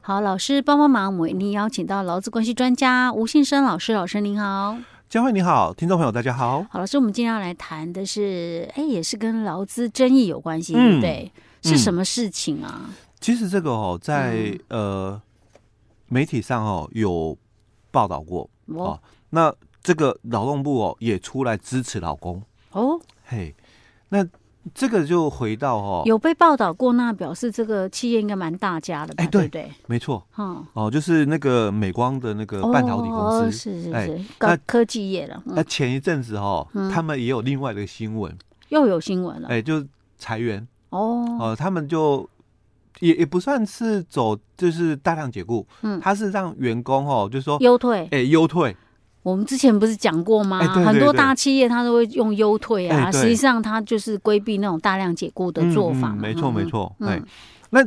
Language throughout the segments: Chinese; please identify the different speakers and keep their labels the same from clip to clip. Speaker 1: 好，老师帮帮忙，我们一定邀请到劳资关系专家吴信生老师。老师您好，
Speaker 2: 佳慧你好，听众朋友大家好。
Speaker 1: 好，老师，我们今天要来谈的是，哎，也是跟劳资争议有关系，对不
Speaker 2: 嗯
Speaker 1: 对？是什么事情啊？
Speaker 2: 其实这个哦，在、
Speaker 1: 嗯
Speaker 2: 呃媒体上哦有报道过
Speaker 1: 哦
Speaker 2: 哦，那这个劳动部哦也出来支持老公，
Speaker 1: 哦，
Speaker 2: 嘿，那这个就回到哦，
Speaker 1: 有被报道过，那表示这个企业应该蛮大家的吧？
Speaker 2: 哎
Speaker 1: 对
Speaker 2: 对
Speaker 1: 不对？
Speaker 2: 没错
Speaker 1: 嗯，
Speaker 2: 哦，就是那个美光的那个呃半导体
Speaker 1: 哦
Speaker 2: 公司，
Speaker 1: 是是
Speaker 2: 哎
Speaker 1: 是，
Speaker 2: 那
Speaker 1: 高科技业了，
Speaker 2: 那、
Speaker 1: 嗯
Speaker 2: 前一阵子哦，他们也有另外的新闻，
Speaker 1: 又有新闻了
Speaker 2: 哎，就裁员
Speaker 1: 哦，
Speaker 2: 哦，他们就。也也不算是走，就是大量解雇，
Speaker 1: 嗯
Speaker 2: 他是让员工哦，就是说，
Speaker 1: 优退。
Speaker 2: 哎、优退，
Speaker 1: 我们之前不是讲过吗？
Speaker 2: 哎对对
Speaker 1: 很多
Speaker 2: 对
Speaker 1: 大企业它都会用优退啊，
Speaker 2: 哎对
Speaker 1: 实际上它就是规避那种大量解雇的做法嘛。
Speaker 2: 嗯嗯没错
Speaker 1: 嗯
Speaker 2: 没。错，
Speaker 1: 嗯
Speaker 2: 哎，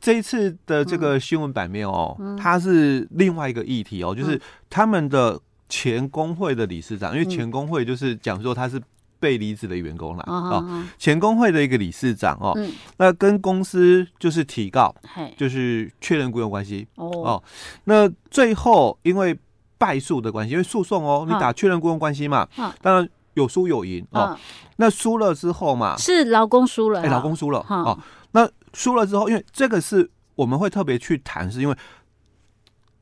Speaker 2: 这一次的这个新闻版面哦，
Speaker 1: 嗯
Speaker 2: 它是另外一个议题哦，就是他们的前工会的理事长，因
Speaker 1: 嗯
Speaker 2: 为前工会就是讲说他是被离职的员工啦，
Speaker 1: 啊啊
Speaker 2: 哦，
Speaker 1: 啊！
Speaker 2: 前工会的一个理事长哦，
Speaker 1: 嗯，
Speaker 2: 那跟公司就是提告，
Speaker 1: 嘿，
Speaker 2: 就是确认雇佣关系
Speaker 1: 哦，
Speaker 2: 哦，那最后因为败诉的关系，因为诉讼哦，你
Speaker 1: 啊
Speaker 2: 打确认雇佣关系嘛
Speaker 1: 啊，
Speaker 2: 当然有输有赢哦，
Speaker 1: 嗯，
Speaker 2: 那输了之后嘛，
Speaker 1: 是劳工输了啊，
Speaker 2: 哎、老公输了
Speaker 1: 哈
Speaker 2: 哦。那输了之后，因为这个是我们会特别去谈，是因为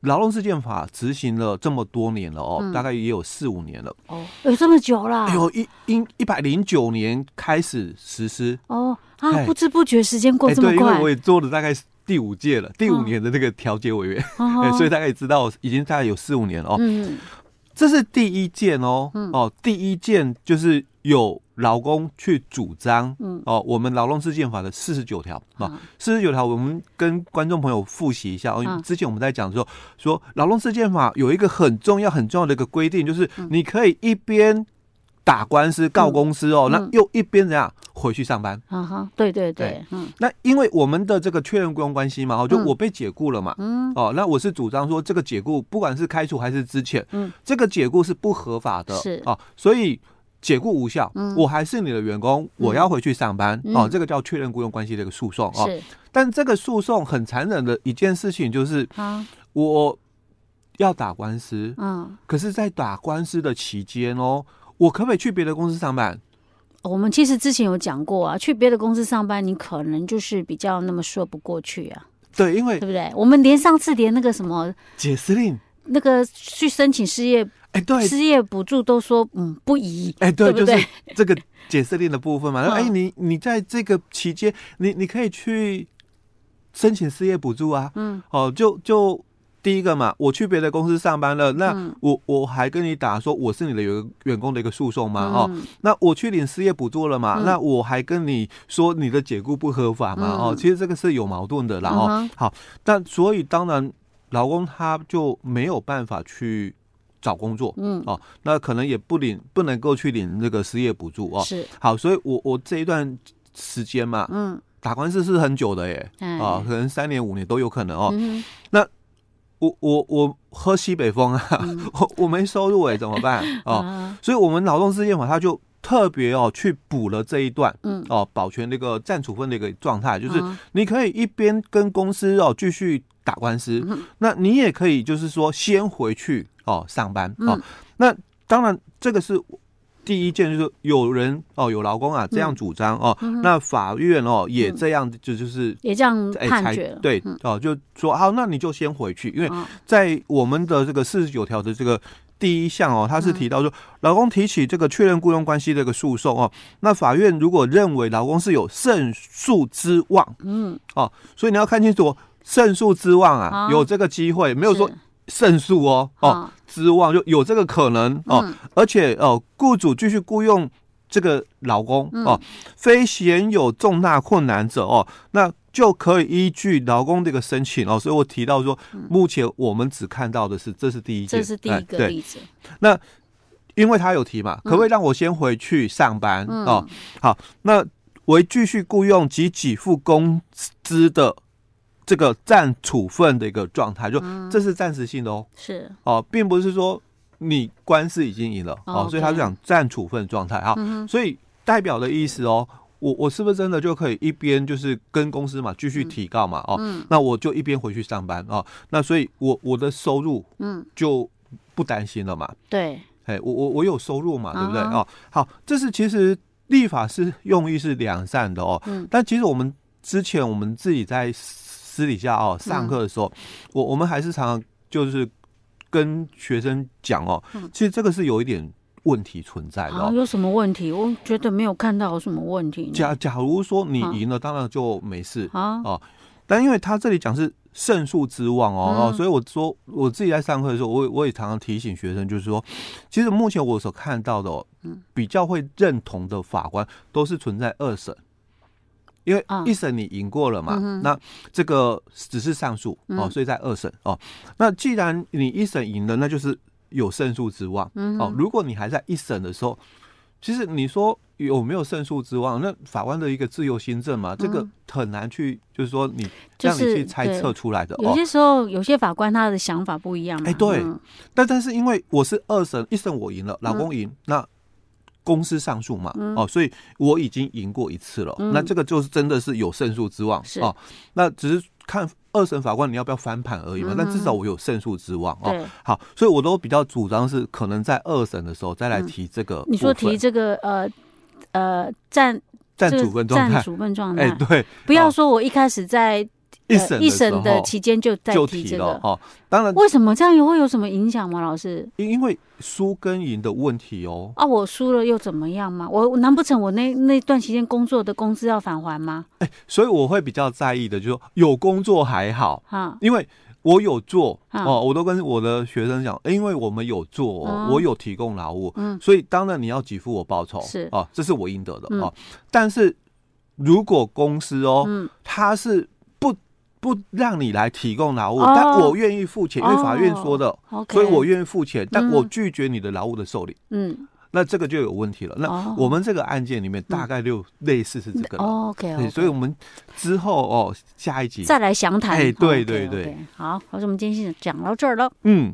Speaker 2: 劳动事件法执行了这么多年了哦，
Speaker 1: 嗯
Speaker 2: 大概也有四五年了，
Speaker 1: 哦，有这么久啦，
Speaker 2: 有一一一百零九年开始实施，
Speaker 1: 哦啊，
Speaker 2: 哎
Speaker 1: 不知不觉时间过
Speaker 2: 哎
Speaker 1: 这么
Speaker 2: 对，因
Speaker 1: 快
Speaker 2: 为我，也做了大概第五届了，第五
Speaker 1: 嗯
Speaker 2: 年的那个调解委员，
Speaker 1: 哦
Speaker 2: 哎， 所以大概也知道已经大概有四五年了哦。
Speaker 1: 嗯，
Speaker 2: 这是第一件哦，哦，第一件就是有劳工去主张，
Speaker 1: 嗯
Speaker 2: 哦，我们劳动事件法的四十九条
Speaker 1: 好
Speaker 2: 啊，四十九条，我们跟观众朋友复习一下哦。
Speaker 1: 嗯
Speaker 2: 之前我们在讲说，说劳动事件法有一个很重要、很重要的一个规定，就是你可以一边打官司告公司哦，
Speaker 1: 嗯嗯嗯
Speaker 2: 那又一边怎样回去上班。
Speaker 1: 啊哈，对对对，嗯
Speaker 2: 那因为我们的这个确认雇佣关系嘛，哦，就
Speaker 1: 嗯
Speaker 2: 我被解雇了嘛，
Speaker 1: 嗯，
Speaker 2: 哦，那我是主张说，这个解雇不管是开除还是之前，
Speaker 1: 嗯
Speaker 2: 这个解雇是不合法的，
Speaker 1: 是
Speaker 2: 哦，所以解雇无效，
Speaker 1: 嗯
Speaker 2: 我还是你的员工，我要回去上班，
Speaker 1: 嗯
Speaker 2: 哦，这个叫确认雇佣关系的一个诉讼哦。
Speaker 1: 是
Speaker 2: 但这个诉讼很残忍的一件事情就是，
Speaker 1: 啊，
Speaker 2: 我要打官司，
Speaker 1: 嗯，
Speaker 2: 可是，在打官司的期间哦，我可不可以去别的公司上班？
Speaker 1: 我们其实之前有讲过啊，去别的公司上班，你可能就是比较那么说不过去啊，
Speaker 2: 对，因为
Speaker 1: 对不对？我们连上次连那个什么
Speaker 2: 解司令，
Speaker 1: 那个去申请失业
Speaker 2: 哎，对，
Speaker 1: 失业补助都说嗯不宜，
Speaker 2: 哎，对，
Speaker 1: 对不对
Speaker 2: 就是这个解释令的部分嘛。哎、
Speaker 1: 嗯
Speaker 2: 你你在这个期间，你你可以去申请失业补助啊。
Speaker 1: 嗯，
Speaker 2: 哦，就就第一个嘛，我去别的公司上班了，那
Speaker 1: 嗯
Speaker 2: 我、我还跟你打说我是你的员员工的一个诉讼嘛。哦，
Speaker 1: 嗯
Speaker 2: 那我去领失业补助了嘛，
Speaker 1: 嗯
Speaker 2: 那我还跟你说你的解雇不合法嘛。哦
Speaker 1: 嗯，
Speaker 2: 其实这个是有矛盾的啦。哦，
Speaker 1: 嗯哼
Speaker 2: 好，但所以当然，劳工他就没有办法去找工作。
Speaker 1: 嗯，
Speaker 2: 哦，那可能也不领，不能够去领那个失业补助哦。
Speaker 1: 是，
Speaker 2: 好，所以我我这一段时间嘛，
Speaker 1: 嗯，
Speaker 2: 打官司是很久的耶，
Speaker 1: 哎，
Speaker 2: 啊、可能三年五年都有可能哦。
Speaker 1: 嗯哼
Speaker 2: 我我我喝西北风啊，
Speaker 1: 嗯
Speaker 2: 我我没收入哎，怎么办 哦？
Speaker 1: 啊，
Speaker 2: 所以我们劳动事件法它就特别哦去补了这一段
Speaker 1: 嗯，
Speaker 2: 哦，保全那个暂处分的一个状态，就是
Speaker 1: 嗯
Speaker 2: 你可以一边跟公司哦继续打官司，
Speaker 1: 嗯
Speaker 2: 那你也可以就是说先回去哦上班哦。
Speaker 1: 嗯
Speaker 2: 那当然这个是第一件，就是有人哦有劳工啊
Speaker 1: 嗯
Speaker 2: 这样主张哦，那法院哦也这样就就是。
Speaker 1: 也这样
Speaker 2: 哎
Speaker 1: 判
Speaker 2: 裁
Speaker 1: 决了，
Speaker 2: 对
Speaker 1: 嗯
Speaker 2: 哦，就说好，那你就先回去，因为
Speaker 1: 啊
Speaker 2: 在我们的这个四十九条的这个第一项哦，它是
Speaker 1: 嗯
Speaker 2: 提到说，劳工提起这个确认雇佣关系的一个诉讼哦，那法院如果认为劳工是有胜诉之望，
Speaker 1: 嗯，
Speaker 2: 哦，所以你要看清楚哦，胜诉之望
Speaker 1: 啊
Speaker 2: 啊，有这个机会，没有说
Speaker 1: 是
Speaker 2: 胜诉哦，哦，
Speaker 1: 啊
Speaker 2: 之望就有这个可能哦
Speaker 1: 嗯，
Speaker 2: 而且哦，雇主继续雇佣这个劳工
Speaker 1: 嗯
Speaker 2: 哦，非显有重大困难者哦，那。就可以依据劳工这个申请哦，所以我提到说，目前我们只看到的是，这是第一件，
Speaker 1: 嗯这是第
Speaker 2: 哎
Speaker 1: 一个
Speaker 2: 对
Speaker 1: 例子，
Speaker 2: 因为他有提嘛，可不可以让我先回去上班、
Speaker 1: 嗯
Speaker 2: 哦？好，那为继续雇佣及给付工资的这个暂处分的一个状态，就
Speaker 1: 嗯
Speaker 2: 这是暂时性的哦，
Speaker 1: 是，
Speaker 2: 哦，并不是说你官司已经赢了
Speaker 1: 哦嗯
Speaker 2: 哦，所以他
Speaker 1: 对
Speaker 2: 讲暂处分状态啊，所以代表的意思哦，我我是不是真的就可以一边就是跟公司嘛继续提告嘛？哦，
Speaker 1: 嗯
Speaker 2: 那我就一边回去上班哦，那所以我我的收入
Speaker 1: 嗯，
Speaker 2: 就不担心了嘛。
Speaker 1: 对，
Speaker 2: 哎，我我我有收入嘛，对不对？
Speaker 1: 啊
Speaker 2: 哦，好，这是其实立法是用意是良善的哦。
Speaker 1: 嗯
Speaker 2: 但其实我们之前我们自己在私底下哦上课的时候，
Speaker 1: 嗯
Speaker 2: 我我们还是常常就是跟学生讲哦，
Speaker 1: 嗯
Speaker 2: 其实这个是有一点问题存在的、
Speaker 1: 好
Speaker 2: 哦。
Speaker 1: 有什么问题？我觉得没有看到有什么问题呢。
Speaker 2: 假假如说你
Speaker 1: 啊
Speaker 2: 赢了，当然就没事。
Speaker 1: 啊，
Speaker 2: 但因为他这里讲是胜诉之望哦，
Speaker 1: 嗯
Speaker 2: 哦，所以我说我自己在上课的时候，我也我也常常提醒学生，就是说，其实目前我所看到的、哦，
Speaker 1: 嗯
Speaker 2: 比较会认同的法官都是存在二审。因为
Speaker 1: 啊嗯
Speaker 2: 一审你赢过了嘛，那这个只是上诉哦，所以在二审哦。那既然你一审赢了，那就是有胜诉之望、
Speaker 1: 嗯
Speaker 2: 哦。如果你还在一审的时候，其实你说有没有胜诉之望？那法官的一个自由新政嘛，这个很难去，就是说你
Speaker 1: 嗯就
Speaker 2: 让你
Speaker 1: 是
Speaker 2: 去猜测出来的
Speaker 1: 有
Speaker 2: 哦。
Speaker 1: 些时候有些法官他的想法不一样嘛。
Speaker 2: 哎对
Speaker 1: 嗯
Speaker 2: 但但是因为我是二审，一审我赢了，老公赢，那公司上诉嘛，
Speaker 1: 嗯
Speaker 2: 哦，所以我已经赢过一次了。那这个就是真的是有胜诉之望
Speaker 1: 是
Speaker 2: 哦。那只是看二审法官你要不要翻盘而已嘛，但至少我有胜诉之望哦。
Speaker 1: 嗯对，
Speaker 2: 好，所以我都比较主张是可能在二审的时候再来提这个部
Speaker 1: 嗯
Speaker 2: 分。
Speaker 1: 你说提这个呃呃占
Speaker 2: 占
Speaker 1: 这个
Speaker 2: 主分状
Speaker 1: 占
Speaker 2: 态，
Speaker 1: 主分状
Speaker 2: 哎，
Speaker 1: 态，
Speaker 2: 对，
Speaker 1: 不要说我一开始在
Speaker 2: 一
Speaker 1: 呃
Speaker 2: 审
Speaker 1: 一
Speaker 2: 的时
Speaker 1: 审的
Speaker 2: 候
Speaker 1: 期间就在
Speaker 2: 就
Speaker 1: 提
Speaker 2: 提
Speaker 1: 这
Speaker 2: 了
Speaker 1: 个，
Speaker 2: 哦。当然，
Speaker 1: 为什么这样会有什么影响吗？老师
Speaker 2: 因因为输跟赢的问题哦。
Speaker 1: 啊，我输了又怎么样吗？我难不成我那那段期间工作的工资要返还吗？
Speaker 2: 所以我会比较在意的，就是说有工作还好，
Speaker 1: 啊，
Speaker 2: 因为我有做
Speaker 1: 啊
Speaker 2: 哦，我都跟我的学生讲，因为我们有做、哦
Speaker 1: 嗯，
Speaker 2: 我有提供劳务，
Speaker 1: 嗯
Speaker 2: 所以当然你要给付我报酬，
Speaker 1: 是
Speaker 2: 哦，这是我应得的
Speaker 1: 嗯
Speaker 2: 哦。但是如果公司哦，
Speaker 1: 嗯
Speaker 2: 它是不不让你来提供劳务，
Speaker 1: 哦
Speaker 2: 但我愿意付钱，因为法院说的，
Speaker 1: ，OK，
Speaker 2: 所以我愿意付钱，但
Speaker 1: 嗯
Speaker 2: 我拒绝你的劳务的受理。
Speaker 1: 嗯
Speaker 2: 那这个就有问题了。
Speaker 1: 哦
Speaker 2: 那我们这个案件里面大概就类似是这个了。
Speaker 1: 哦，OK，
Speaker 2: 对，所以我们之后哦，下一集，
Speaker 1: 再来详谈。哦
Speaker 2: 哎对对
Speaker 1: OK，OK，
Speaker 2: 对
Speaker 1: 好，老师，我们今天先讲到这儿了。
Speaker 2: 嗯，